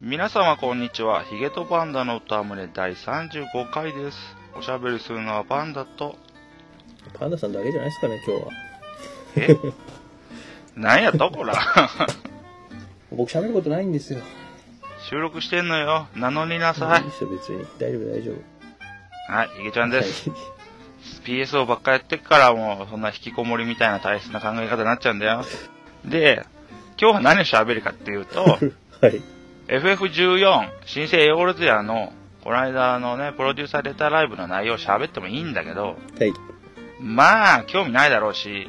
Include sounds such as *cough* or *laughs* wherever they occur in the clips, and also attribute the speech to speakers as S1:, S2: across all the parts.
S1: 皆様こんにちは。ヒゲとパンダの歌胸第35回です。おしゃべりするのはパンダと、
S2: パンダさんだけじゃないですかね、今日は。
S1: えなんやとこ
S2: *laughs*
S1: ら。
S2: 僕喋ることないんですよ。
S1: 収録してんのよ。名乗りなさい
S2: いい。ですよ、別に。大丈夫、大丈夫。
S1: はい、ヒゲちゃんです。
S2: はい
S1: PSO ばっかやってっからもう、そんな引きこもりみたいな大切な考え方になっちゃうんだ
S2: *laughs*
S1: よ。で、今日は何を喋るかっていうと、
S2: *laughs* はい。
S1: FF14、新生エオルゼアの、この間のね、プロデューサーレターライブの内容喋ってもいいんだけど、
S2: はい。
S1: まあ、興味ないだろう
S2: *laughs*
S1: し、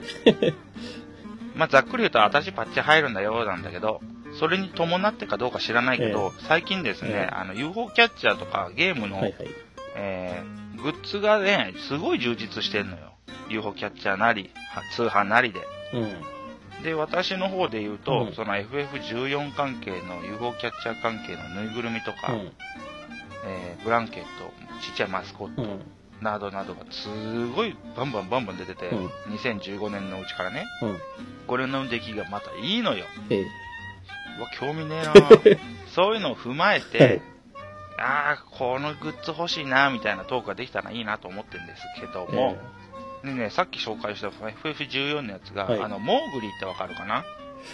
S1: まあ、ざっくり言うと、私パッチ入るんだよ、なんだけど、それに伴ってかどうか知らないけど、最近ですね、
S2: ええ
S1: あの、UFO キャッチャーとかゲームの、
S2: はいはい。
S1: えー、グッズがね、すごい充実してんのよ。UFO キャッチャーなり、は通販なりで。
S2: うん。
S1: で、私の方で言うと、
S2: うん
S1: その FF14 関係の UFO キャッチャー関係のぬいぐるみとか、えーブランケット、ちっちゃいマスコッ
S2: う
S1: ト
S2: ん。うん。
S1: などなどがすごいバンバンバンバン出てて、
S2: うん
S1: 2015年のうちからね、
S2: うん。
S1: これの出来がまたいいのよ。
S2: ええ。
S1: うわ、興味ねえなぁ *laughs* そういうのを踏まえて、
S2: はい
S1: ああ、このグッズ欲しいなぁみたいなトークができたらいいなと思ってるんですけども、でね、さっき紹介した FF14 のやつが、
S2: はい
S1: あの、モーグリーってわかるかな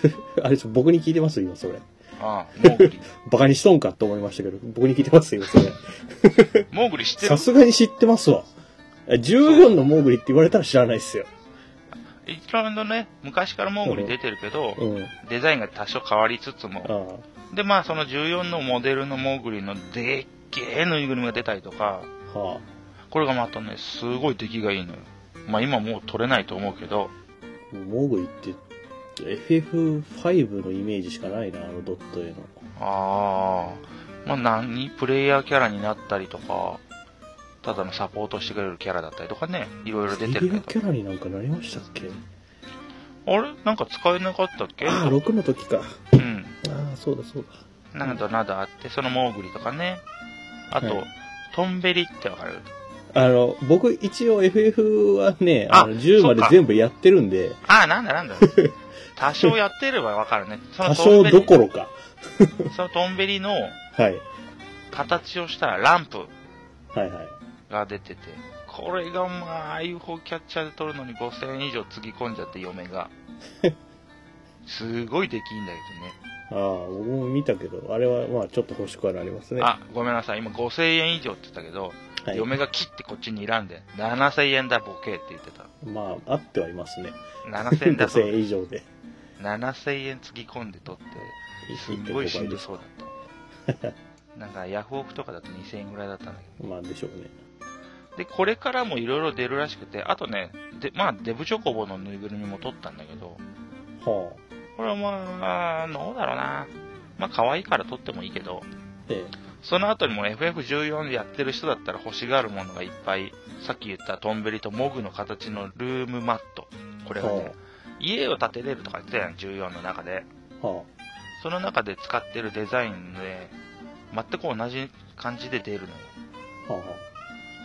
S2: ええあれ、そう僕に聞いてます今、それ。
S1: ああ、モーグ
S2: *laughs*
S1: リー。
S2: バカにしとんかと思いましたけど、僕に聞いてますよ、
S1: *laughs*
S2: それ。
S1: モーグリー知ってる
S2: さすがに知ってますわ。14のモーグリって言われたら知らないっすよ。
S1: 一応のね、昔からモーグリー出てるけど、
S2: うん。あ
S1: デザインが多少変わりつつも、
S2: あ。
S1: で、まあ、その14のモデルのモーグリのでっけえぬいぐるみが出たりとか、
S2: は
S1: これがまたね、すごい出来がいいのよ。まあ、今もう取れないと思うけど、
S2: あ。モーグリって、FF5 のイメージしかないな、あのドット絵の。
S1: あー、まあ、何、プレイヤーキャラになったりとか、ただのサポートしてくれるキャラだったりとかね、いろいろ出て
S2: レ
S1: る
S2: ギュ
S1: けど。
S2: ラーキャラになんかなりましたっけ
S1: あれなんか使えなかったっけ
S2: ああ、6の時か。
S1: うん。
S2: ああ、そうだそうだ。
S1: なんだなどあって、そのモーグリとかね。あと、
S2: はい
S1: トンベリってわかる
S2: あの、僕一応 FF はね、
S1: あ
S2: あの10ま
S1: そ
S2: で
S1: っか
S2: 全部やってるんで、
S1: あー、なんだ
S2: *laughs*
S1: なんだ。多少やってればわかるね。そ
S2: 多
S1: のトン
S2: 少
S1: ベリ
S2: どころか。
S1: そのトンベリの
S2: はい。
S1: 形をしたランプ
S2: はいはい。
S1: が出てて、これがまあ UFO キャッチャーで撮るのに5000円以上つぎ込んじゃって嫁
S2: *laughs*
S1: が。すごいできんだけ
S2: ああ、僕も見たけど、あれはまあちょっと欲しくはなります
S1: ど
S2: ね。
S1: ね。あ、ごめんなさい。今5000円以上って言ったけど、
S2: はい。
S1: 嫁が切ってこっちにらんで、7000円だボケって言ってた。
S2: まあ、あってはいますね。
S1: 7000円だ
S2: *laughs*
S1: と
S2: 5000円以上で。
S1: 7000円つぎ込んで撮って、すんごいしんどそうだ
S2: *laughs*
S1: った。なんかヤフオクとかだと2000円ぐらいだったんだけど。
S2: まあでしょうね。
S1: で、これからもいろいろ出るらしくて、あとね、で、まあ、デブチョコボのぬいぐるみも撮ったんだけど、
S2: はあ。
S1: これはまあ、どうだろうな。まあ、可愛いから撮ってもいいけど、
S2: え
S1: その後にも FF14 やってる人だったら欲しがるものがいっぱい、さっき言ったトンベリとモグの形のルームマット。こ
S2: え。
S1: れがね
S2: は、
S1: 家を建てれるとか言ってたやん、14の中で。
S2: あ。は
S1: その中で使ってるデザインで、全く同じ感じで出るのよ。
S2: あ。はあ。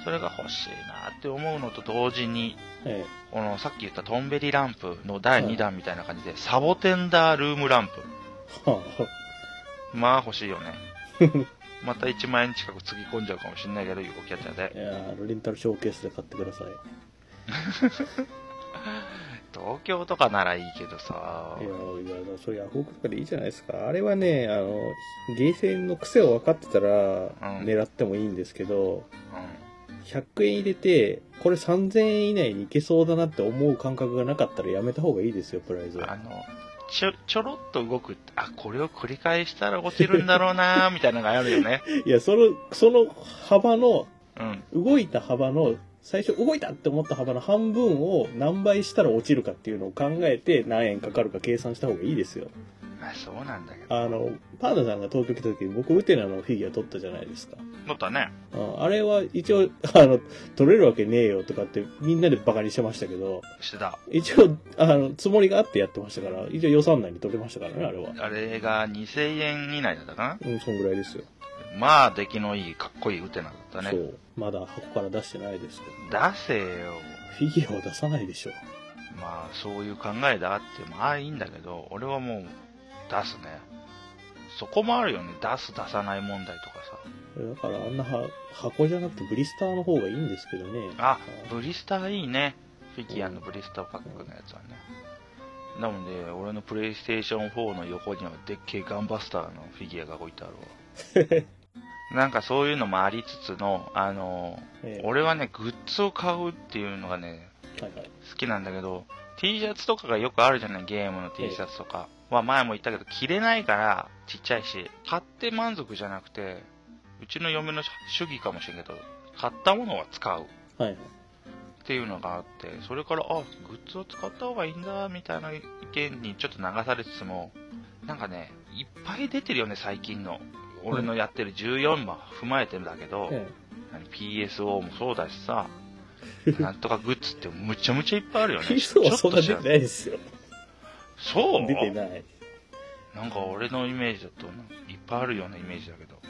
S1: それが欲しいなって思うのと同時に、
S2: え
S1: このさっき言ったトンベリランプの第2弾みたいな感じで、サボテンダールームランプ。
S2: え。はあ。
S1: まあ欲しいよね。また1万円近くつぎ込んじゃうかもしんないけど、ユーキャッチャー
S2: い
S1: で。
S2: やあのレンタルショーケースで買ってください。
S1: 東京とかならいいけどさ
S2: い。や、いや、それヤフオクとかでいいじゃないですか。あれはね、あの、ゲーセンの癖を分かってたら、
S1: ん
S2: 狙ってもいいんですけ
S1: う
S2: ど、100円入れて、これ3000円以内にいけそうだなって思う感覚がなかったらやめた方がいいですよ、プライズ
S1: ん。あ
S2: は。
S1: の、ちょ、ちょろっと動く、あ、これを繰り返したら落ちるんだろう
S2: *laughs*
S1: なみたいなのがあるよね。
S2: いや、その、その幅の、
S1: うん。
S2: 動いた幅の、最初動いたって思った幅の半分を何倍したら落ちるかっていうのを考えて何円かかるか計算した方がいいですよ。
S1: まあそうなんだけど。
S2: あの、パーダさんが東京来た時に僕ウテナのフィギュア取ったじゃないですか。
S1: もっとね。
S2: うんあれは一応、あの、取れるわけねえよとかってみんなでバカにしてましたけど、
S1: してた。
S2: 一応、あの、つもりがあってやってましたから、一応予算内に取れましたからね、あれは。
S1: あれが2000円以内だったか
S2: うん、そんぐらいですよ。
S1: なまあ、出来のいい、かっこいいウテナだった
S2: そ
S1: ね。
S2: う。まだ箱から出してないですけど。
S1: 出せよ。
S2: フィギュアを出さないでしょう。
S1: まあ、そういう考えであっても、ああ、いいんだけど、俺はもう、出すね。そこもあるよね。出す、出さない問題とかさ。
S2: これだからあんなは箱じゃなくてブリスターの方がいいんですけどね。
S1: あ、ブリスターいいね。フィギュアのブリスターパックのやつはね。なので、俺のプレイステーション4の横にはでっけえガンバスターのフィギュアが置いてあるわ。なんかそういうのもありつつの、あの
S2: ええ
S1: 俺はね、グッズを買うっていうのがね、
S2: はいはい。
S1: 好きなんだけど、T シャツとかがよくあるじゃない、ゲームの T シャツとか。は前も言ったけど、着れないから、ちっちゃいし、買って満足じゃなくて、うちの嫁の主義かもしれんけど、買ったものは使う。
S2: はいはい。
S1: っていうのがあって、それから、あ、グッズを使った方がいいんだ、みたいな意見にちょっと流されつつも、なんかね、いっぱい出てるよね、最近の。俺のやってる14番踏まえてるんだけど、
S2: え
S1: 何 PSO もそうだし
S2: *laughs*
S1: さ、なんとかグッズってむちゃむちゃいっぱいあるよ
S2: え。
S1: ね。
S2: 人は *laughs* そんな出
S1: ち
S2: て
S1: ょっと知ら
S2: ないですよ。
S1: そう
S2: 出てない。
S1: なんか俺のイメージだと、なんかいっぱいあるようなイメージだけど。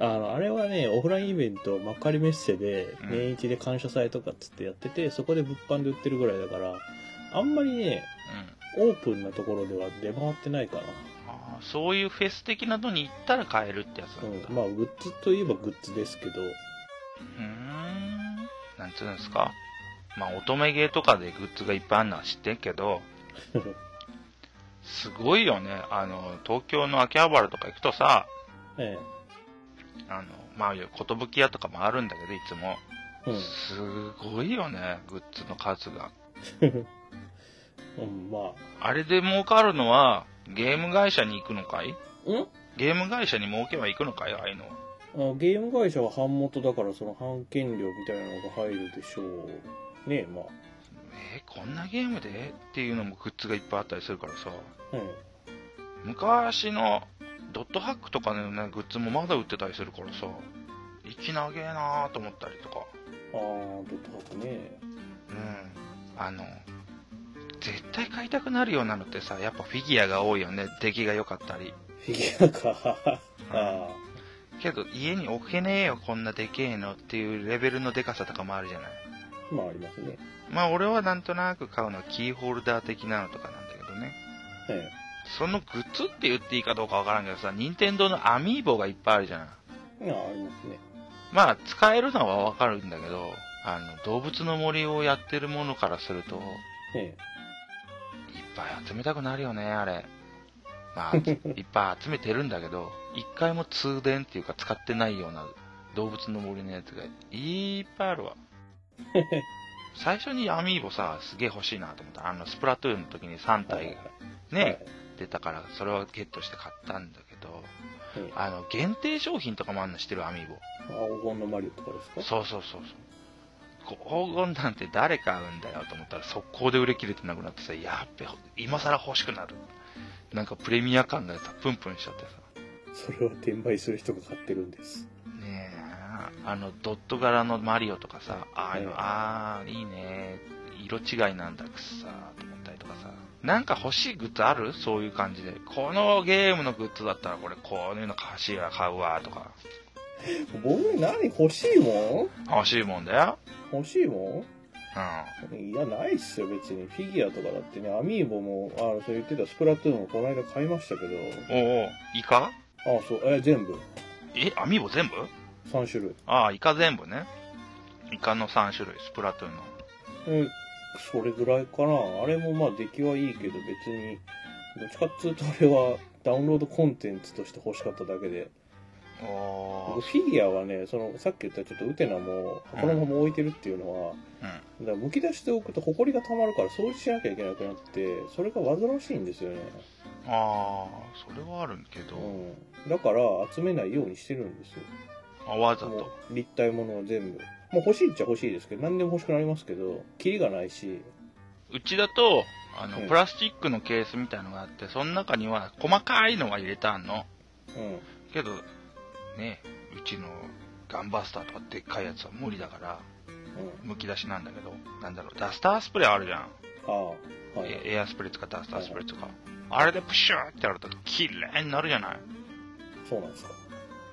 S2: あの、あれはね、オフラインイベント、幕張メッセで、
S1: うん
S2: 年一で感謝祭とかっつってやってて、そこで物販で売ってるぐらいだから、あんまりね、
S1: うん。
S2: オープンなところでは出回ってないかな。
S1: あーそういうフェス的なのに行ったら買えるってやつ
S2: う
S1: なんだ。
S2: ん。まあ、グッズといえばグッズですけど、
S1: うーんなんつうんですかまあ乙女芸とかでグッズがいっぱいあるのは知ってんけ
S2: *laughs*
S1: どすごいよねあの東京の秋葉原とか行くとさ
S2: え
S1: あのまあ寿屋とかもあるんだけどいつも
S2: え。
S1: すごいよねグッズの数が
S2: うん。うん、まあ。
S1: あれで儲かるのはゲーム会社に行くのかい
S2: ん
S1: ゲーム会社に儲けば行くのかいああいうのは
S2: あゲーム会社は版元だからその版権料みたいなのが入るでしょうねえまあ、
S1: えーこんなゲームでっていうのもグッズがいっぱいあったりするからさ
S2: うん、
S1: 昔のドットハックとかのねグッズもまだ売ってたりするからさき長えなーと思ったりとか
S2: ああドットハックね
S1: うんあの絶対買いたくなるようなのってさやっぱフィギュアが多いよね出来が良かったり
S2: フィギュアかあ
S1: けど家に置けねえよこんなでけえのっていうレベルのでかさとかもあるじゃない
S2: あまあありますね
S1: まあ俺はなんとなく買うのはキーホルダー的なのとかなんだけどね
S2: え
S1: そのグッズって言っていいかどうかわからんけどさ任天堂のアミーボがいっぱいあるじゃない
S2: えあありますね
S1: まあ、使えるのはわかるんだけど、あの、動物の森をやってるものからすると、いっ
S2: え
S1: ぱい集めたくなるよね、あれ。
S2: *laughs*
S1: まあ、いっぱい集めてるんだけど、一回も通電っていうか使ってないような動物の森のやつがいっぱいある
S2: *laughs*
S1: わ。
S2: え
S1: 最初にアミーボさ、すげえ欲しいなと思った。あの、スプラトゥーンの時に3
S2: はいは
S1: 体
S2: い
S1: ね、出たから、それをゲットして買ったんだけど、
S2: ええあ
S1: あの、限定商品とかもあんのしてるアミーボ。
S2: 黄金のマリオとかですか
S1: そうそうそうそうこ黄金なんて誰買うんだよと思ったら速攻で売り切れてなくなってさやっべ今更欲しくなるなんかプレミア感がさプンプンしちゃってさ
S2: それは転売する人が買ってるんです
S1: ねえあのドット柄のマリオとかさああいうの、
S2: ええ
S1: あーいいね色違いなんだくっさーと思ったりとかさなんか欲しいグッズあるそういう感じでこのゲームのグッズだったらこれこういうの欲しいわ買うわとか
S2: 僕何欲しいも
S1: 欲しいもんだよ
S2: ん欲しいもん
S1: うん
S2: いや、ないっすよ、別に。フィギュアとかだってね、アミーボも、あの、そう言ってたスプラトゥーンをこの間買いましたけど、
S1: おうおうイカ
S2: ああ、そう、え、全部、
S1: えアミーボ全部
S2: 3種類。
S1: ああ、イカ全部ね。イカの3種類、スプラトゥーンの。
S2: えそれぐらいかなあれもまあ出来はいいけど別にどっちかっつうとあれはダウンロードコンテンツとして欲しかっただけで
S1: お
S2: 僕
S1: ー
S2: フィギュアはねそのさっき言ったちょっとウテナも箱のまま置いてるっていうのは、だからむき出しておくとホコリが溜まるから掃除しなきゃいけなくなってそれが煩わしいんですよね、
S1: ああ、それはあるけど、
S2: うん、だから集めないようにしてるんですよ
S1: あわざ
S2: も
S1: と。
S2: う立体ものを全部もう欲しいっちゃ欲しいですけど何でも欲しくなりますけどキリがないし
S1: うちだと、あの、
S2: うん
S1: プラスチックのケースみたいのがあって、その中には細かいのが入れてあんの。
S2: うん
S1: けど、ね、うちのガンバスターとかでっかいやつは無理だから、
S2: うん
S1: むき出しなんだけど、なんだろう、ダスタースプレーあるじゃん。
S2: ああはい
S1: えエアスプレーとかダスタースプレーとか。あれでプシューってやると、綺麗になるじゃない。
S2: そうなんですか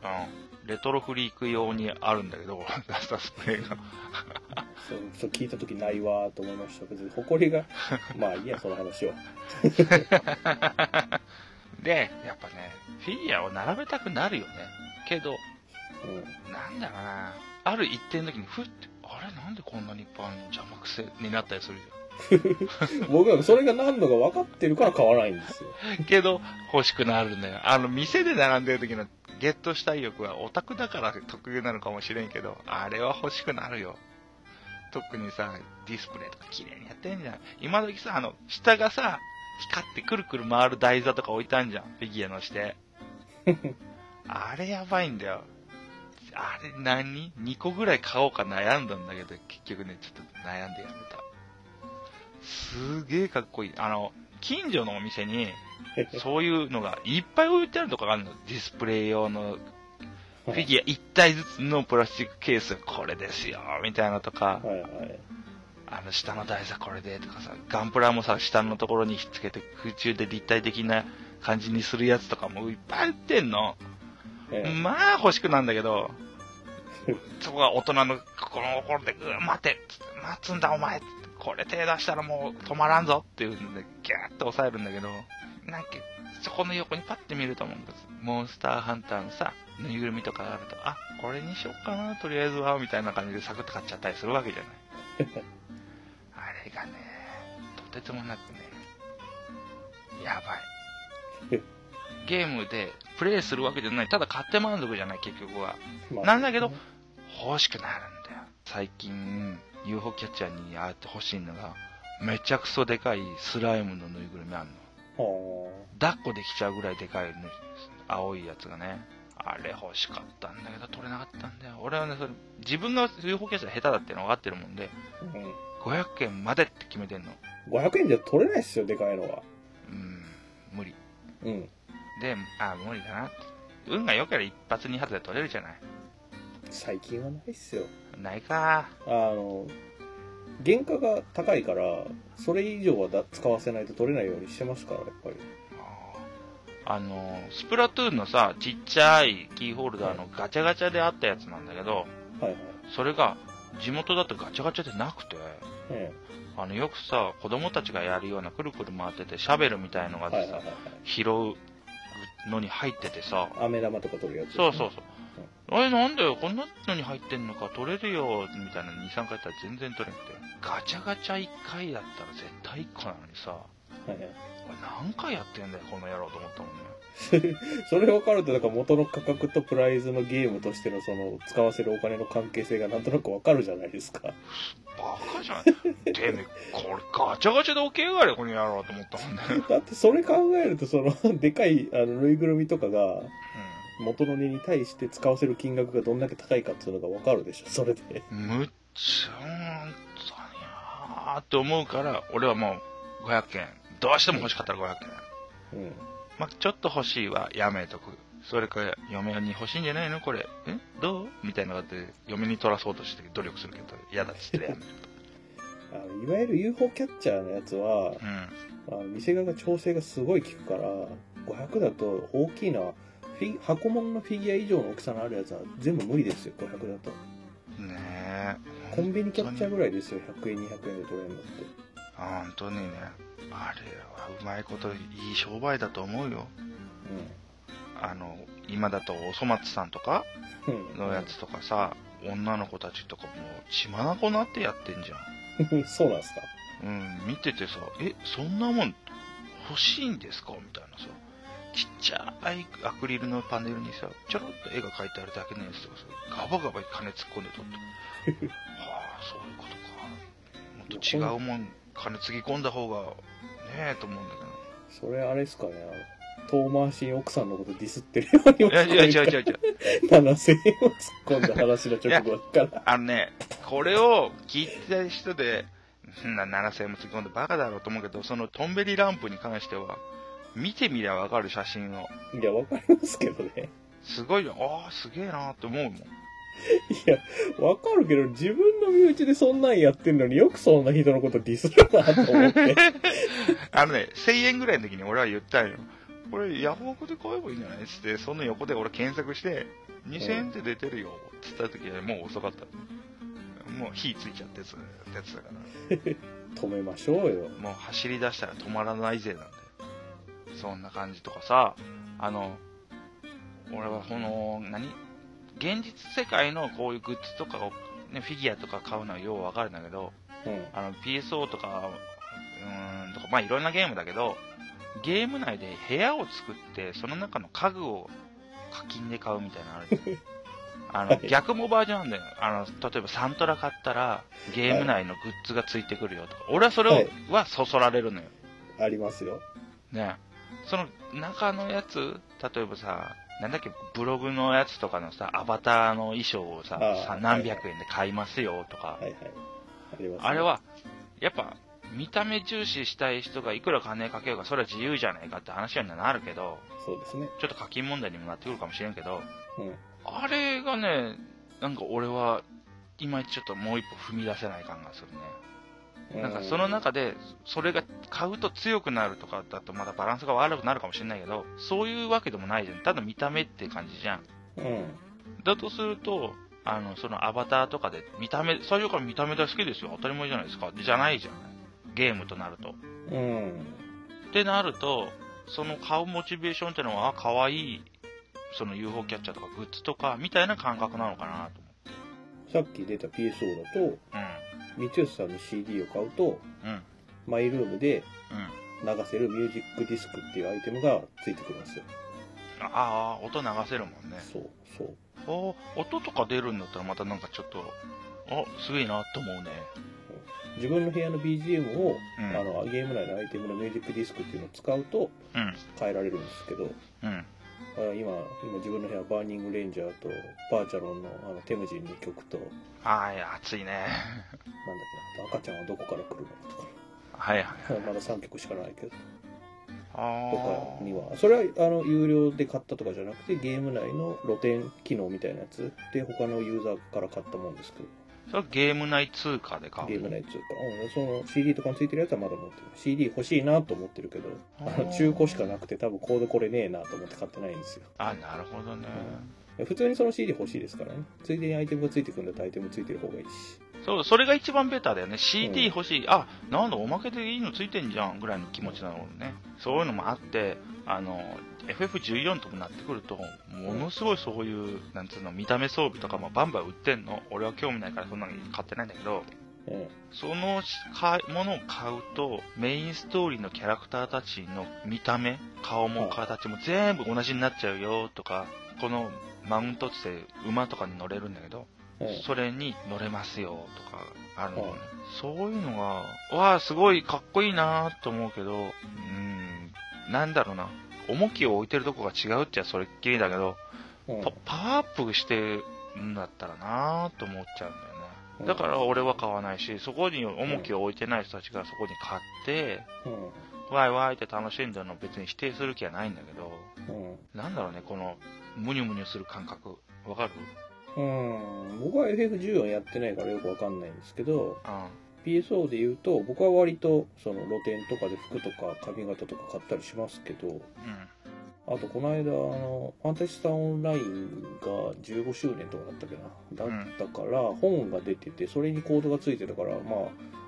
S1: うん。レトロフリーク用にあるんだけど、ダスタースプレーが。
S2: そうそう聞いた時ないわーと
S1: *laughs*
S2: 思いました別に誇りがまあいいやその話は
S1: で、やっぱね、フィギュアを並べたくなるよね。けど、
S2: うん。
S1: なんだろうな。ある一定の時に、ふって、あれなんでこんなにいっぱいあるの邪魔くせになったりするじ
S2: 僕はそれが何度か分かってるから買わないんですよ。
S1: ゃん。 *laughs* けど、欲しくなるんだよ。あの、店で並んでる時のゲットしたい欲はオタクだから特有なのかもしれんけど、あれは欲しくなるよ。特にさ、ディスプレイとか綺麗にやってんじゃん。今時さ、あの、下がさ、光ってくるくる回る台座とか置いたんじゃん。フィギュアのして。あれやばいんだよ。あれ何 ?2 個ぐらい買おうか悩んだんだけど、結局ね、ちょっと悩んでやめた。すげえかっこいい。あの、近所のお店に、そういうのがいっぱい置いてあるとかがあるの。ディスプレイ用のフィギュア1体ずつのプラスチックケースがこれですよ、みたいなとか、
S2: はいはい。
S1: あの下の台座これでとかさ、ガンプラもさ、下のところにひっつけて空中で立体的な感じにするやつとかもいっぱい売ってんの。
S2: ええ
S1: まあ欲しくなんだけど、そこが大人の心の心で、うわ待てっつって待つんだお前っつってこれ手出したらもう止まらんぞっていうんで、ギャーって抑えるんだけど、なんか、そこの横にパッて見ると思うんです。モンスターハンターのさ、ぬいぐるみとかがあると、あ、これにしよっかな、とりあえずは、みたいな感じでサクッと買っちゃったりするわけじゃない。あれがね、とてつもなくね、やばい。ゲームでプレイするわけじゃない、ただ買って満足じゃない、結局は。
S2: まあ
S1: なんだけど、欲しくなるんだよ。最近、UFO キャッチャーにあって欲しいのが、めちゃくそでかいスライムのぬいぐるみあんの。
S2: は
S1: 抱っこできちゃうぐらいでかいぬ青いやつがね。あれ欲しかったんだけど取れなかったんだよ。俺はね、それ、自分が UFO キャッチャー下手だっての分かってるもんで、
S2: あう
S1: 500円までって決めてんの。
S2: ん、500円じゃ取れないっすよ、でかいのは。
S1: うん、無理。
S2: うん。
S1: で、あ、無理だな。運が良ければ一発二発で取れるじゃない。
S2: 最近はないっすよ。
S1: ないか。
S2: あの、原価が高いから、それ以上はだ使わせないと取れないようにしてますから、やっぱり。
S1: あの、スプラトゥーンのさ、ちっちゃいキーホルダーのガチャガチャであったやつなんだけど、
S2: はいはい。
S1: それが地元だとガチャガチャでなくて、
S2: え
S1: あの、よくさ、子供たちがやるようなくるくる回ってて、シャベルみたいの
S2: え
S1: が
S2: はいはい
S1: さ
S2: はい、はい。
S1: 拾うのに入っててさ、
S2: 飴玉とか取るやつ、
S1: そうそうそう。え、なんだよ、こんなのに入ってんのか、取れるよ、みたいな2、3回やったら全然取れなくて。ガチャガチャ1回だったら絶対1個なのにさ、
S2: う。はいはい
S1: おい何回やってんだよ、この野郎と思ったもんね。
S2: それ分かると、だから元の価格とプライズのゲームとしての、その、使わせるお金の関係性がなんとなく分かるじゃないですか。
S1: バカじゃない。てめえ、これガチャガチャで起き上がれ、この野郎と思ったもんね。
S2: だって、それ考えると、その、 *laughs* でかい、あの、ぬいぐるみとかが、
S1: う
S2: 元の値に対して使わせる金額がどんだけ高いかっていうのが分かるでしょ、 *laughs* それで。
S1: ん。むっちゃ、本当になーって思うから、俺はもう500円。どうしても欲しかったら500円。
S2: うん。
S1: まあ、ちょっと欲しいはやめとく。それから、嫁に欲しいんじゃないのこれ。えどうみたいなのがあって、嫁に取らそうとして努力するけど、嫌だっつってやめる。
S2: あの、いわゆる UFO キャッチャーのやつは、
S1: うん。
S2: あの店側が調整がすごい効くから、500だと大きいな、フィ箱物のフィギュア以上の大きさのあるやつは全部無理ですよ、500だと。
S1: ねえ。
S2: コンビニキャッチャーぐらいですよ、100円、200円で取れるのって。
S1: あ本当にね。あれはうまいこと、いい商売だと思うよ。あの、今だとおそ松さんとか
S2: うん。うん
S1: のやつとかさ、女の子たちとかもう血まなこなってやってんじ
S2: *laughs* そうなんですか。
S1: ゃん。うん、見ててさ、え、そんなもん欲しいんですかみたいなさ、ちっちゃいアクリルのパネルにさ、ちょろっと絵が描いてあるだけのやつとかさ、ガバガバ金突っ込んで撮って。はあ、そういうことか。もっと違うもん、金つぎ込んだ方が、ねえと思うんだけど。
S2: それあれですかね、あの遠回しに奥さんのことディスってるようにも *laughs*
S1: いや、いや、違う
S2: 聞こえ
S1: 違う違う。
S2: た7000円を突っ込んだ話の直後だから。
S1: あのね、これを聞いてた人で、 *laughs* そんな7000円もつぎ込んでバカだろうと思うけど、そのトンベリランプに関しては、見てみりゃわかる写真を。
S2: いや、わかりますけどね。
S1: すごいよ。ああ、すげえなーって思うもん。
S2: いや、わかるけど、自分の身内でそんなんやってんのによくそんな人のことディスるなと
S1: *laughs*
S2: 思って。
S1: あのね、1000円ぐらいの時に俺は言ったんよ。これヤフオクで買えばいいんじゃないっつって、その横で俺検索して、2000円って出てるよ。つった時はもう遅かった。もう火ついちゃってつ、つだから。
S2: 止めましょうよ。
S1: もう走り出したら止まらないぜなんで。そんな感じとかさあの俺はこの何現実世界のこういうグッズとかを、ね、フィギュアとか買うのはようわかるんだけど
S2: うん。
S1: あの PSO とかうーんとかまあいろんなゲームだけどゲーム内で部屋を作ってその中の家具を課金で買うみたいなのあるじ
S2: *laughs*
S1: ゃんあの
S2: はい
S1: 逆もバージョンなんだよあの例えばサントラ買ったらゲーム内のグッズがついてくるよとか俺はそれを、
S2: はい
S1: はそそられるのよ
S2: ありますよ。
S1: ねその中のやつ例えばさなんだっけブログのやつとかのさアバターの衣装をさ
S2: あー
S1: さ何百円で買いますよとか
S2: はいはい。あります、
S1: あれ。はやっぱ見た目重視したい人がいくら金かけようがそれは自由じゃないかって話にはなるけど
S2: そうですね。
S1: ちょっと課金問題にもなってくるかもしれんけど
S2: うん。
S1: あれがねなんか俺はいまいちちょっともう一歩踏み出せない感がするねなんかその中で、それが買うと強くなるとかだとまだバランスが悪くなるかもしれないけど、そういうわけでもないじゃん。ただ見た目って感じじゃん。
S2: うん、
S1: だとすると、あの、そのアバターとかで、見た目、最初から見た目だけ好きですよ。当たり前じゃないですか。じゃないじゃん。ゲームとなると。
S2: うん。うん。
S1: ってなると、その買うモチベーションってのは、あ、可愛い、その UFO キャッチャーとかグッズとか、みたいな感覚なのかなと思
S2: さっき出た PSO だと、
S1: う。
S2: 三吉さんの CD を買うと、
S1: うん。うん。
S2: マイルームで
S1: うん。
S2: 流せるミュージックディスクっていうアイテムがついてくるんですよ。
S1: ああ、音流せるもんね。
S2: そう、そう。
S1: お音とか出るんだったらまたなんかちょっとあすげえなと思うね
S2: 自分の部屋の BGM を、
S1: うん
S2: あの、ゲーム内のアイテムのミュージックディスクっていうのを使うと
S1: うん
S2: 変えられるんですけど、
S1: うん
S2: あ今、今自分の部屋、バーニングレンジャーと、バーチャロンのあのテムジンの曲と、なんだ
S1: はい熱いね
S2: っけな、赤ちゃんはどこから来るのとか、 *laughs*
S1: はいはい
S2: まだ3曲しかないけど、
S1: あ
S2: と
S1: ー
S2: かには、それはあの有料で買ったとかじゃなくて、ゲーム内の露店機能みたいなやつで、他のユーザーから買ったもんですけど、
S1: それはゲーム内通貨で買う
S2: ゲーム内っていうか、うん、その CD とかについてるやつはまだ持ってる。CD 欲しいなと思ってるけど、
S1: あ
S2: あの
S1: ー
S2: 中古しかなくて、多分コードこれねえなと思って買ってないんですよ。
S1: あなるほどね
S2: 普通にその CD 欲しいですからね。ついでにアイテムがついてくるんだったらアイテムついてる方がいいし。
S1: そうそれが一番ベターだよね CD
S2: うん
S1: 欲しい、あなんだおまけでいいのついてんじゃんぐらいの気持ちなのねそういうのもあってあの FF14 とかなってくるとものすごいそういうなんつうの見た目装備とかもバンバン売ってんの俺は興味ないからそんなの買ってないんだけど
S2: うん。
S1: そのしかものを買うとメインストーリーのキャラクターたちの見た目顔も形も全部同じになっちゃうよとかこのマウントっつって馬とかに乗れるんだけど、
S2: うん
S1: それに乗れますよとかあるのね、
S2: はい
S1: そういうのがわあすごいかっこいいなと思うけどうんなんだろうな重きを置いてるとこが違うっちゃそれっきりだけど
S2: うん
S1: パパワーアップしてんだったらなぁと思っちゃうんだよ
S2: うん
S1: ね。だから俺は買わないし、そこに重きを置いてない人たちがそこに買って、
S2: うん
S1: ワイワイって楽しんでるのを別に否定する気はないんだけど、
S2: うん
S1: なんだろうね、この、ムニュムニュする感覚。わかる
S2: うん、僕は FF14 やってないからよくわかんないんですけど、
S1: うん。
S2: PSO で言うと、僕は割と、その露店とかで服とか髪型とか買ったりしますけど、
S1: うん。
S2: あとこの間、あの、ファンタジスタオンラインが15周年とかだったっけな。だったから、本が出てて、それにコードがついてたから、まあ、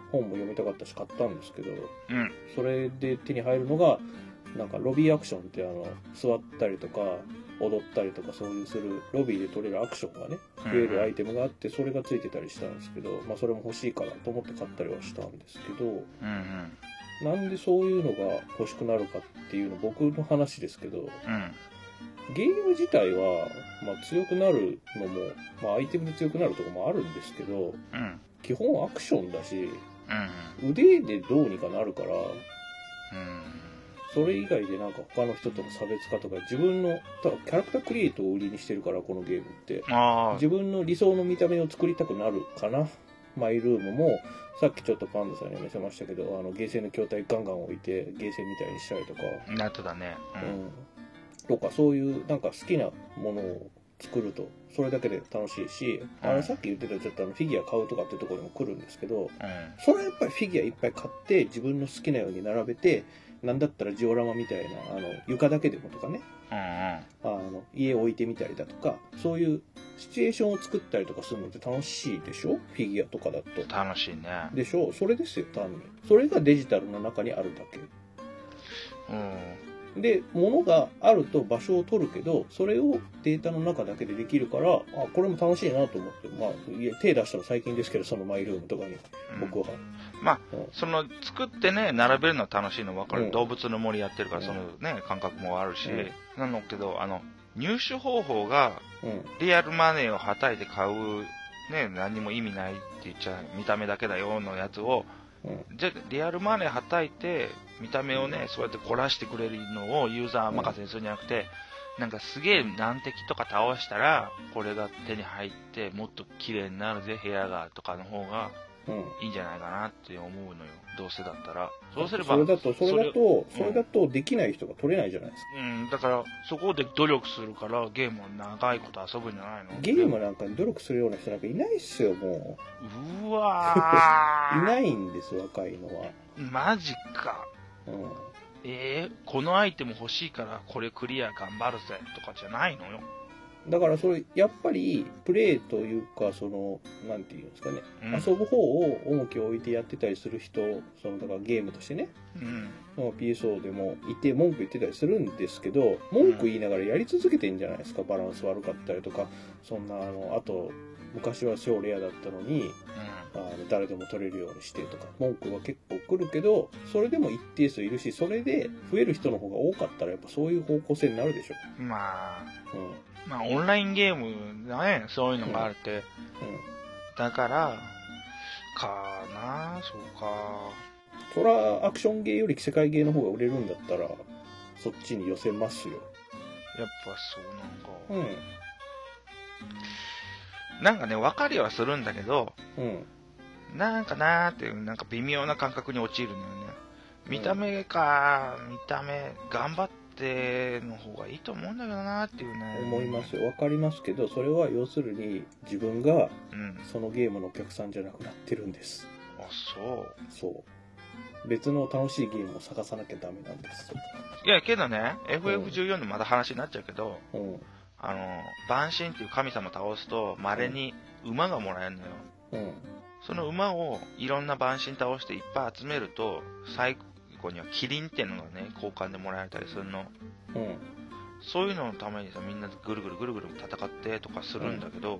S2: 本も読みたかったし買ったんですけど、
S1: うん。
S2: それで手に入るのがなんかロビーアクションってあの座ったりとか踊ったりとかそういうするロビーで取れるアクションがね増えるアイテムがあってそれがついてたりしたんですけど、まあ、それも欲しいからと思って買ったりはしたんですけど
S1: うんうん。
S2: なんでそういうのが欲しくなるかっていうの僕の話ですけど
S1: うん。
S2: ゲーム自体は、まあ、強くなるのも、まあ、アイテムで強くなるとかもあるんですけど
S1: うん。うん。
S2: 基本アクションだし
S1: うん。
S2: 腕でどうにかなるから
S1: うん。
S2: それ以外でなんか他の人との差別化とか自分のただキャラクタークリエイトを売りにしてるからこのゲームって
S1: あ
S2: 自分の理想の見た目を作りたくなるかなマイルームもさっきちょっとパンダさんに見せましたけどあのゲーセンの筐体ガンガン置いてゲーセンみたいにしたりとか、
S1: あ、なってたね。う。
S2: うんん、とかそういうなんか好きなものを作るとそれだけで楽しいしあ
S1: うん
S2: れさっき言ってたちょっとあのフィギュア買うとかってところにも来るんですけど、
S1: うん。
S2: それはやっぱりフィギュアいっぱい買って自分の好きなように並べてなんだったらジオラマみたいなあの床だけでもとかね
S1: うん。
S2: あの家置いてみたりだとかそういうシチュエーションを作ったりとかするのって楽しいでしょフィギュアとかだと
S1: うん。楽しいね。
S2: でしょそれですよ単にそれがデジタルの中にあるだけ
S1: うん。
S2: で、物があると場所を取るけど、それをデータの中だけでできるから、あ、これも楽しいなと思って、まあ、いや手出したの最近ですけど、そのマイルームとかに、
S1: うん
S2: 僕は。
S1: その作ってね並べるの楽しいの分かる、
S2: うん
S1: 動物の森やってるから
S2: うん
S1: そのね感覚もあるし、
S2: うん
S1: なんだけどあの入手方法が
S2: うん。
S1: リアルマネーをはたいて買うね何も意味ないって言っちゃ見た目だけだよのやつを
S2: うん。
S1: じゃリアルマネーはたいて見た目をね、そうやって凝らしてくれるのをユーザー任せにするんじゃなくて、なんかすげえ難敵とか倒したらこれが手に入ってもっと綺麗になるぜ部屋がとかの方が
S2: うん。
S1: いいんじゃないかなって思うのよどうせだったらそうすれば
S2: それだと、それだと、
S1: それう
S2: そ
S1: ん
S2: れだとできない人が取れないじゃないですか。
S1: うんだからそこで努力するからゲームを長いこと遊ぶんじゃないの
S2: ゲームなんかに努力するような人なんかいないっすよ、も
S1: うわ
S2: *laughs* う。い
S1: ー
S2: ないんです、若いのは。
S1: マジか
S2: うん。
S1: えー、このアイテム欲しいからこれクリア頑張るぜとかじゃないのよ
S2: だからそれ、やっぱり、プレイというか、その、なんていうんですかね、
S1: うん
S2: 遊ぶ方を重きを置いてやってたりする人、その、だからゲームとしてね、
S1: うん
S2: まあ PSO でもいて文句言ってたりするんですけど文句言いながらやり続けてんじゃないですかバランス悪かったりとかそんなあのあと昔は超レアだったのにあの誰でも取れるようにしてとか文句は結構来るけどそれでも一定数いるしそれで増える人の方が多かったらやっぱそういう方向性になるでしょ、
S1: うんまあ
S2: うんうん、
S1: まあオンラインゲームだねそういうのがあるって、だからかなそうか
S2: そらアクションゲーより世界ゲーの方が売れるんだったらそっちに寄せますよ、
S1: やっぱそうなんか、
S2: うん
S1: なんかね分かりはするんだけど
S2: うん、
S1: なんかなーっていう、なんか微妙な感覚に陥るんだよね。見た目か、見た目、頑張っての方がいいと思うんだけどなーっていうね。
S2: 思いま。すよ分かりますけどそれは要するに自分が
S1: うん。
S2: そのゲームのお客さんじゃなくなってるんです
S1: あ、そ
S2: そう別の楽しいゲームを探さなきゃダメなんです
S1: う。いや、けどね、FF14 のまだ話になっちゃうけど、
S2: うん
S1: あの、万神っていう神様倒すと、稀に馬がもらえるのよ。
S2: うん
S1: その馬をいろんな万神倒していっぱい集めると、最後にはキリンっていうのがね、交換でもらえたりするの。
S2: うんうん
S1: そういうののためにさみんなぐるぐるぐるぐる戦ってとかするんだけど、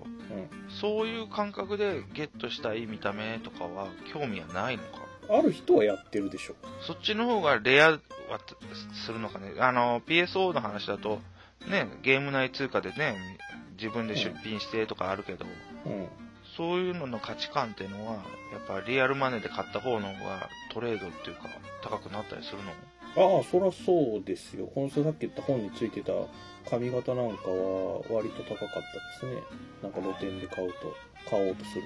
S1: そういう感覚でゲットしたい見た目とかは興味はないのか
S2: ある人はやってるでしょ
S1: そっちの方がレアはするのかねあの PSO の話だとねゲーム内通貨でね自分で出品してとかあるけど、
S2: うん
S1: そういうのの価値観っていうのはやっぱリアルマネーで買った方の方がトレードっていうか高くなったりするの
S2: ああそらそうですよこの人さっき言った本についてた髪型なんかは割と高かったですねなんか露店で買うと買おうとする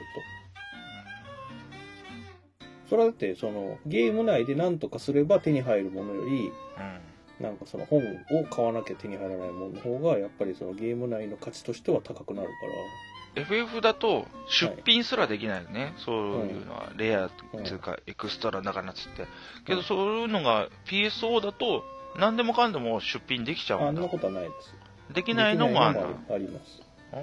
S2: とそれはだってそのゲーム内で何とかすれば手に入るものより
S1: う
S2: なんかその本を買わなきゃ手に入らないものの方がやっぱりそのゲーム内の価値としては高くなるか
S1: ん、FF だと出品すらできないよね、そういうのは、レア
S2: うん
S1: つうかエクストラだからなっつってけ
S2: う
S1: ど
S2: ん
S1: そういうのが PSO だと何でもかんでも出品できちゃ
S2: ら
S1: う
S2: あ
S1: ん
S2: ん
S1: だ
S2: なことはないです
S1: でき
S2: でき
S1: ないのもあるんだ
S2: あります
S1: あ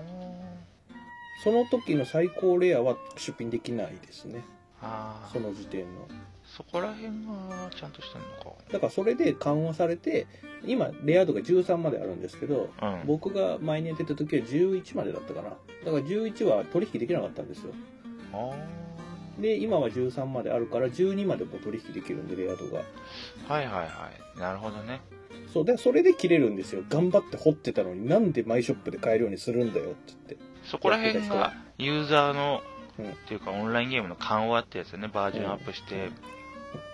S2: その時の最高レアは出品できないですね
S1: ーあ
S2: そ
S1: ー
S2: の時点の
S1: そこら辺がちゃんとしてんの
S2: だからそれで緩和されて今レア度が13まであるんですけど
S1: かうん
S2: 僕が前に出た時は11までだったかなだから11は取引できなかったんですよ
S1: あ
S2: で今は13まであるから12までも取引できるんでレア度が
S1: あはいはいはいなるほどね
S2: そうでそれで切れるんですよ頑張って掘ってたのになんでマイショップで買えるようにするんだよって言って
S1: そこら辺がユーザーの、
S2: うん
S1: っていうかオンラインゲームの緩和ってやつねバージョンアップして、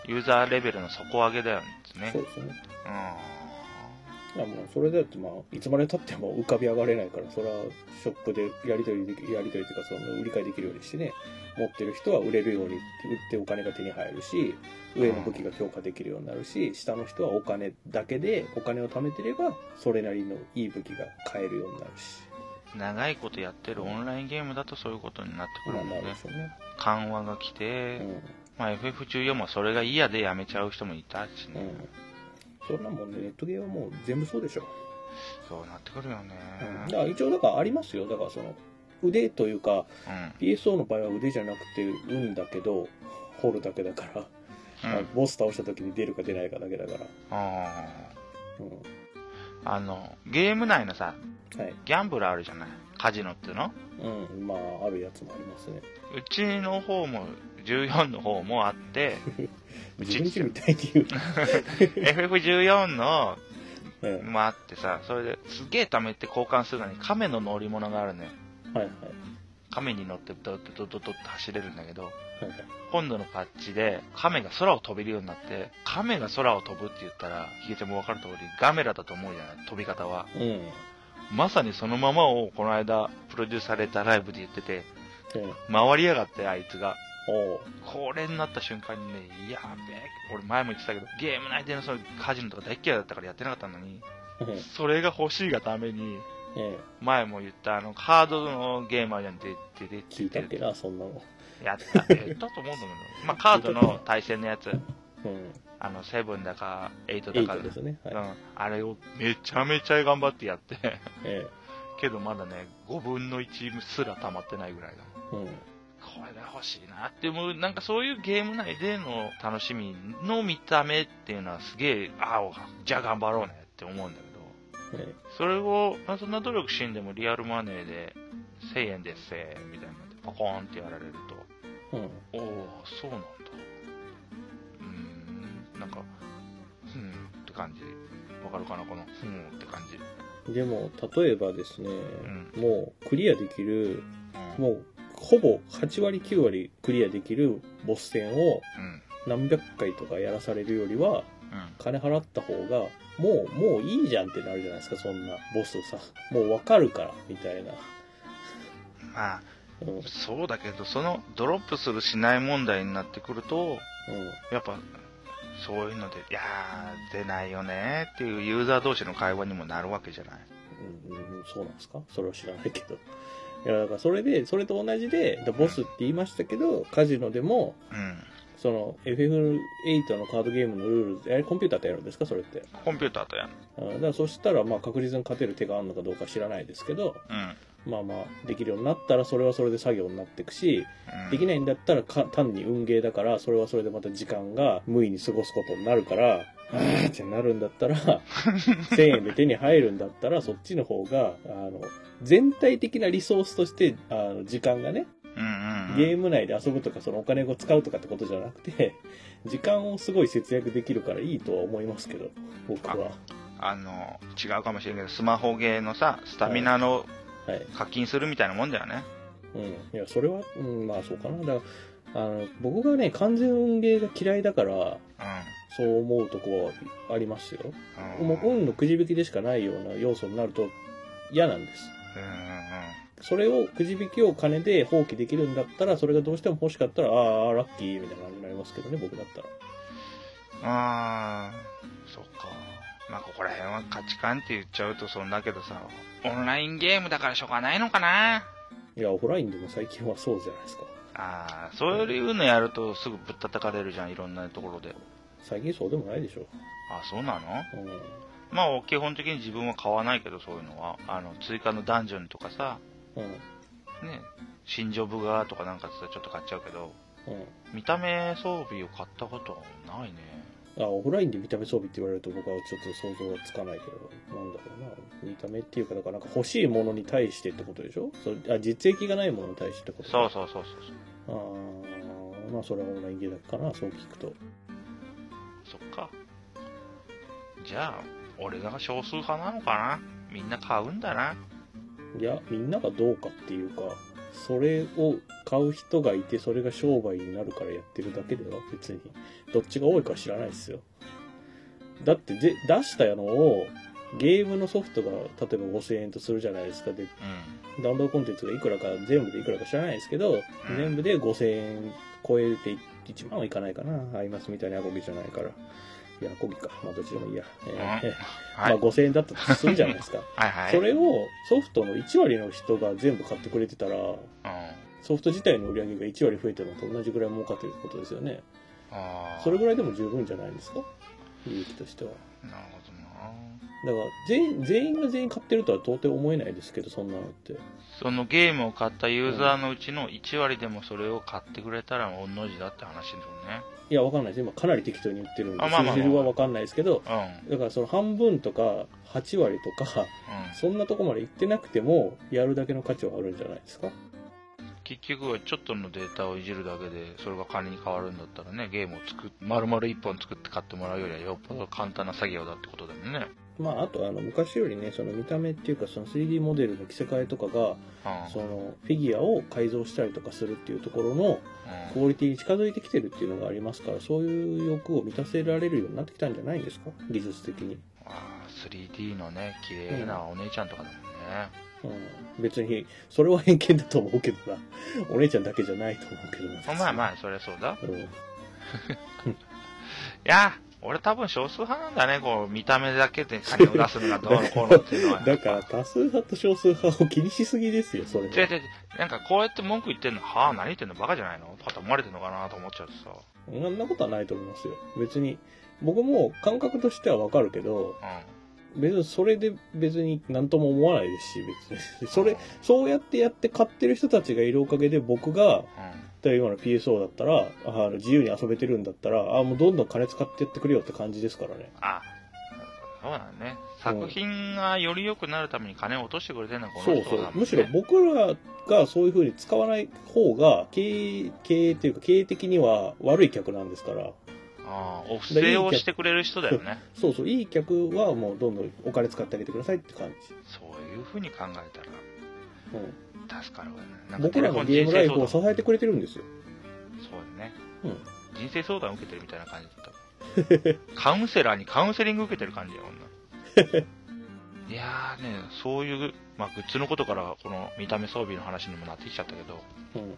S1: ユーザーレベルの底上げだよね
S2: そうですね
S1: う
S2: いやもうそれだってまあいつまでたっても浮かび上がれないからそれはショップでやり取りできやり取りというかその売り買いできるようにしてね持ってる人は売れるように売ってお金が手に入るし上の武器が強化できるようになるし下の人はお金だけでお金を貯めてればそれなりのいい武器が買えるようになるし
S1: ん長いことやってるオンラインゲームだとそういうことになってくる
S2: まあ
S1: ん
S2: な
S1: だ
S2: る
S1: よ
S2: で
S1: ね
S2: しょうね、
S1: 緩和が来
S2: う
S1: て、
S2: ん
S1: まあ、FF14 もそれが嫌でやめちゃう人もいたしね、
S2: うん、そんなもんねネットゲームはもう全部そうでしょ
S1: そうなってくるよね
S2: うんだから一応だからありますよだからその腕というか
S1: うん
S2: PSO の場合は腕じゃなくて運だけど掘るだけだから、
S1: うん、
S2: ボス倒した時に出るか出ないかだけだから
S1: ああ
S2: うん。
S1: あの、ゲーム内のさ、
S2: はい。
S1: ギャンブルあるじゃないカジノっていうの
S2: うん。まあ、あるやつもありますね。
S1: うちの方も、14の方もあって、うち
S2: 自分ちみたいに言う。
S1: FF14 の
S2: うん。
S1: もあってさ、それですげえ貯めて交換するのに亀の乗り物があるのよ。
S2: はいはい。
S1: 亀に乗ってドドドドドって走れるんだけど、
S2: はいはい。
S1: 今度のパッチで亀が空を飛べるようになって、亀が空を飛ぶって言ったら、ヒゲちゃんもわかる通りガメラだと思うじゃない、飛び方は。
S2: うん。うん。
S1: まさにそのままをこの間プロデュースされたライブで言ってて、回りやがってあいつが。
S2: おう。
S1: これになった瞬間にね、やべえ、俺前も言ってたけど、ゲーム内でのそのカジノとか大っ嫌いだったからやってなかったのに、
S2: うん。
S1: それが欲しいがために、
S2: うん。
S1: 前も言ったあの、カードのゲームあるじゃん、で、で、で、
S2: 聞いたっけな、そんなの。
S1: やったって言ったと思うんだけ
S2: *laughs*
S1: ど、まあカードの対戦のやつ、
S2: うん。
S1: あの、セブンだか、エイト
S2: エ
S1: だ
S2: イ
S1: か
S2: トですね。
S1: う
S2: はい。
S1: ん、あれをめちゃめちゃ頑張ってやって、
S2: え
S1: けどまだね、5分の1すら溜まってないぐらいだもん。
S2: え。うん。
S1: これが欲しいなって、もうなんかそういうゲーム内での楽しみの見た目っていうのはすげえ、ああ、じゃあ頑張ろうねって思うんだけど、
S2: ええ。
S1: それを、まあ、そんな努力しんでもリアルマネーで1000円です、1000円みたいなのでパコーンってやられると、
S2: うん。
S1: おおそうなんだ。うーん、なんか、ふんって感じ。わかるかなこの、ふんって感じ。
S2: でも例えばですね、
S1: う
S2: もうクリアできる
S1: うん。
S2: もうほぼ8割9割クリアできるボス戦を
S1: うん。
S2: 何百回とかやらされるよりは
S1: うん。
S2: 金払った方がもうもういいじゃんってなるじゃないですかそんなボスさもうわかるからみたいな、
S1: まあ、
S2: うんうん、
S1: そうだけど、そのドロップするしない問題になってくると、やっぱ、そういうので、いやー、出ないよねーっていうユーザー同士の会話にもなるわけじゃない。
S2: うんうんうんそうなんですかそれは知らないけどいやだからそれでそれと同じでだボスって言いましたけどカジノでも
S1: うん。
S2: その FF8 のカードゲームのルールあれコンピューターってやるんですかそれって
S1: コンピューターとやる。
S2: うんだからそしたらまあ確実に勝てる手があるのかどうか知らないですけど
S1: うん。
S2: まあまあできるようになったらそれはそれで作業になっていくし
S1: うん、
S2: できないんだったらか単に運ゲーだからそれはそれでまた時間が無意に過ごすことになるからあーってなるんだったら
S1: *laughs*
S2: 1000円で手に入るんだったらそっちの方があの全体的なリソースとしてあの時間がね
S1: うんうん、うん。
S2: ゲーム内で遊ぶとかそのお金を使うとかってことじゃなくて時間をすごい節約できるからいいとは思いますけど僕は。
S1: あの、違うかもしれんけど、スマホゲーのさ、スタミナの
S2: はい
S1: 課金するみたいなもんだよね。
S2: うん、いやそれは、うん、まあそうかなだからあの僕がね完全運ゲーが嫌いだからそう思うとこはありますよ、
S1: うん。
S2: もう
S1: うん。うん
S2: 運のくじ引きでしかないような要素になると嫌なんです
S1: う
S2: それをくじ引きを金で放棄できるんだったらそれがどうしても欲しかったらああラッキーみたいな感じになりますけどね僕だったら
S1: ん。あー、そっか。まあ、ここら辺は価値観って言っちゃうとそんだけどさ、オンラインゲームだからしょうがないのかない
S2: やオフラインでも最近はそうじゃないですか
S1: あー、そういうのやるとすぐぶったたかれるじゃん、いろんなところで。
S2: 最近そうでもないでしょ、
S1: あ、そうなの
S2: うん、
S1: まあ、基本的に自分は買わないけど、そういうのは。あの、追加のダンジョンとかさ、
S2: うん
S1: ね、新ジョブがとかなんかさ、ちょっと買っちゃうけど、
S2: うん
S1: 見た目装備を買ったことはないね
S2: あオフラインで見た目装備って言われると僕はちょっと想像がつかないけどなんだろうな見た目っていうかだからなんか欲しいものに対してってことでしょそうあ実益がないものに対してってこと
S1: そう
S2: う
S1: そうそうそうそう
S2: あーまあそれはオンラインゲーだけかなそう聞くと
S1: そっかじゃあ俺が少数派なのかなみんな買うんだない
S2: やみんながどうかっていうかそれを買う人がいてそれが商売になるからやってるだけでは別にどっちが多いかは知らないですよだってで出したのをゲームのソフトが例えば5000円とするじゃないですかで
S1: うん
S2: ダウンロードコンテンツがいくらか、全部でいくらか知らないですけど、全部で5000円超えて1万はいかないかな。アイマスみたいなアコギじゃないから。いや、アコギか。まあ、どっちでもいいや。えーま
S1: は
S2: あ、
S1: い、
S2: 5000円だったとするじゃないですか。
S1: はいはい
S2: それをソフトの1割の人が全部買ってくれてたら、
S1: うんあ
S2: ソフト自体の売り上げが1割増えてるのと同じぐらい儲かってるってことですよね。
S1: あー
S2: それぐらいでも十分じゃないですか利益としては。
S1: なるほどな
S2: だから全員全員が全員買ってるとは到底思えないですけどそんなのって
S1: そのゲームを買ったユーザーのうちの1割でもそれを買ってくれたら御の字だって話だよね
S2: いやわかんないです今かなり適当に言ってるんで
S1: あまあまあまあ
S2: 数字はわかんないですけど
S1: うん
S2: だからその半分とか8割とか *laughs* そんなとこまで行ってなくてもやるだけの価値はあるんじゃないですか
S1: うん結局はちょっとのデータをいじるだけでそれが金に変わるんだったらねゲームを作っ丸々1本作って買ってもらうよりはよっぽど簡単な作業だってことだよね
S2: まああとあの昔よりねその見た目っていうかその 3D モデルの着せ替えとかが
S1: うん
S2: そのフィギュアを改造したりとかするっていうところの
S1: うん
S2: クオリティに近づいてきてるっていうのがありますからそういう欲を満たせられるようになってきたんじゃないんですか技術的に、
S1: あー 3D のね綺麗なお姉ちゃんとかだもんね、
S2: うん、別にそれは偏見だと思うけどなお姉ちゃんだけじゃないと思うけどな
S1: まあまあそりゃそうだい
S2: あ、うん、
S1: や俺多分少数派なんだねこう見た目だけで金を出すのがどうのこうのっていうのは
S2: *laughs* だから多数派と少数派を気にしすぎですよそれは
S1: 違う違う違うなんかこうやって文句言ってんのはあ何言ってんのバカじゃないのとかって思われてんのかなと思っちゃうとさ
S2: そんなことはないと思いますよ別に僕も感覚としてはわかるけど別にそれで別に何とも思わないですし別
S1: うん
S2: にそれそうやってやって買ってる人たちがいるおかげで僕が
S1: う
S2: 例えば今の PSO だったらあの自由に遊べてるんだったらあもうどんどん金使ってやってくれよって感じですからね
S1: んあそうだね作品がより良くなるために金を落としてくれてんのはこ
S2: そ
S1: の
S2: う
S1: 人
S2: そ
S1: だも
S2: うん
S1: ね
S2: むしろ僕らがそういうふうに使わない方が経営経営っていうか経営的には悪い客なんですから
S1: ああお布施をしてくれる人だよね
S2: そうそういい客はもうどんどんお金使ってあげてくださいって感じ、
S1: そういうふうに考えたら
S2: う
S1: 助かるわねなんか
S2: ん、僕
S1: テレ
S2: ら
S1: フォ
S2: の
S1: ン
S2: ゲー
S1: 人
S2: ム
S1: 生
S2: ライフ
S1: 相
S2: を支
S1: 談
S2: えてくれてるんですよ
S1: そうだね、
S2: うん
S1: 人生相談受けてるみたいな感じだった
S2: *laughs*
S1: カウンセラーにカウンセリング受けてる感じやもんないやーねそういう、まあ、グッズのことからこの見た目装備の話にもなってきちゃったけど、
S2: うん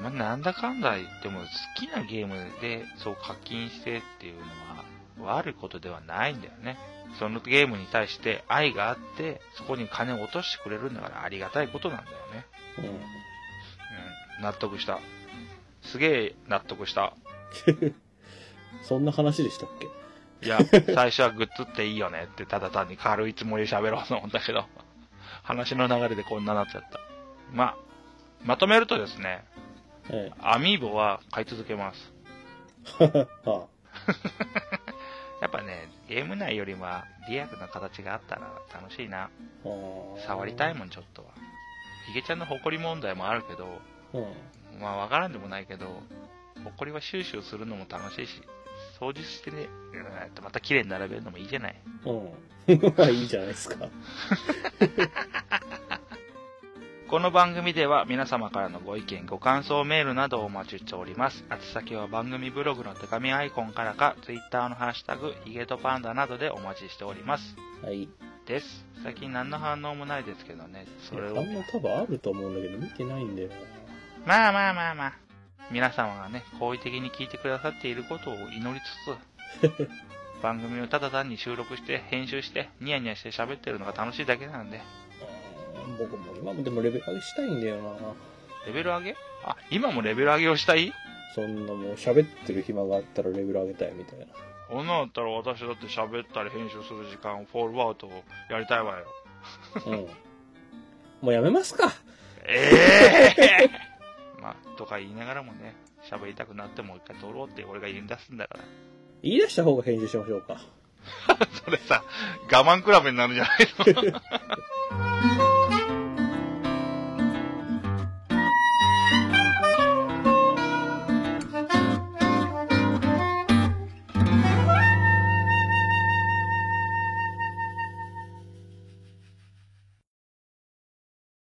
S1: まあ、なんだかんだ言っても好きなゲームでそう課金してっていうのは悪いことではないんだよねそのゲームに対して愛があってそこに金を落としてくれるんだからありがたいことなんだよねうん納得したすげえ納得した
S2: そんな話でしたっけ
S1: いや、最初はグッズっていいよねって、ただ単に軽いつもりで喋ろうと思ったけど、話の流れでこんななっちゃった。まあ、まとめるとですね、
S2: え
S1: アミーボは買い続けます。
S2: えあ
S1: やっぱね、ゲーム内よりはリアルな形があったら楽しいな。
S2: ああ
S1: 触りたい
S2: ん、
S1: もん、ちょっとは。ヒゲちゃんの誇り問題もあるけど、
S2: うん、
S1: まあわからんでもないけど、誇りは収集するのも楽しいし、掃除してね、うーんとまた綺麗に並べるのもいいじゃない。
S2: うん。 *laughs* まあいいじゃないですか。
S1: この番組では皆様からのご意見、ご感想メールなどをお待ちしております。宛先は番組ブログの手紙アイコンからか、ツイッターのハッシュタグ、ヒゲとパンダなどでお待ちしております。
S2: はい。
S1: です。最近何の反応もないですけどね、それ
S2: あ
S1: を
S2: ん。な多分あると思うんだけど、見てないんだよ
S1: まあまあまあまあ。皆様がね、好意的に聞いてくださっていることを祈りつつ、番組をただ単に収録して、編集して、ニヤニヤして喋ってるのが楽しいだけなので、
S2: な。うん僕も今もでもレベル上げしたいんだよな。
S1: レベル上げあ、今もレベル上げをしたい
S2: そんなもう喋ってる暇があったらレベル上げたいみたいな。
S1: こんなんだったら私だって喋ったり編集する時間、フォールアウトをやりたいわよ。 *laughs*
S2: うん。もうやめますか。
S1: ええまあ、とか言いながらもね、喋りたくなってもう一回撮ろうって俺が言い出すんだから。
S2: 言い出した方が編集しましょうか。
S1: それさ、我慢比べになるじゃないの。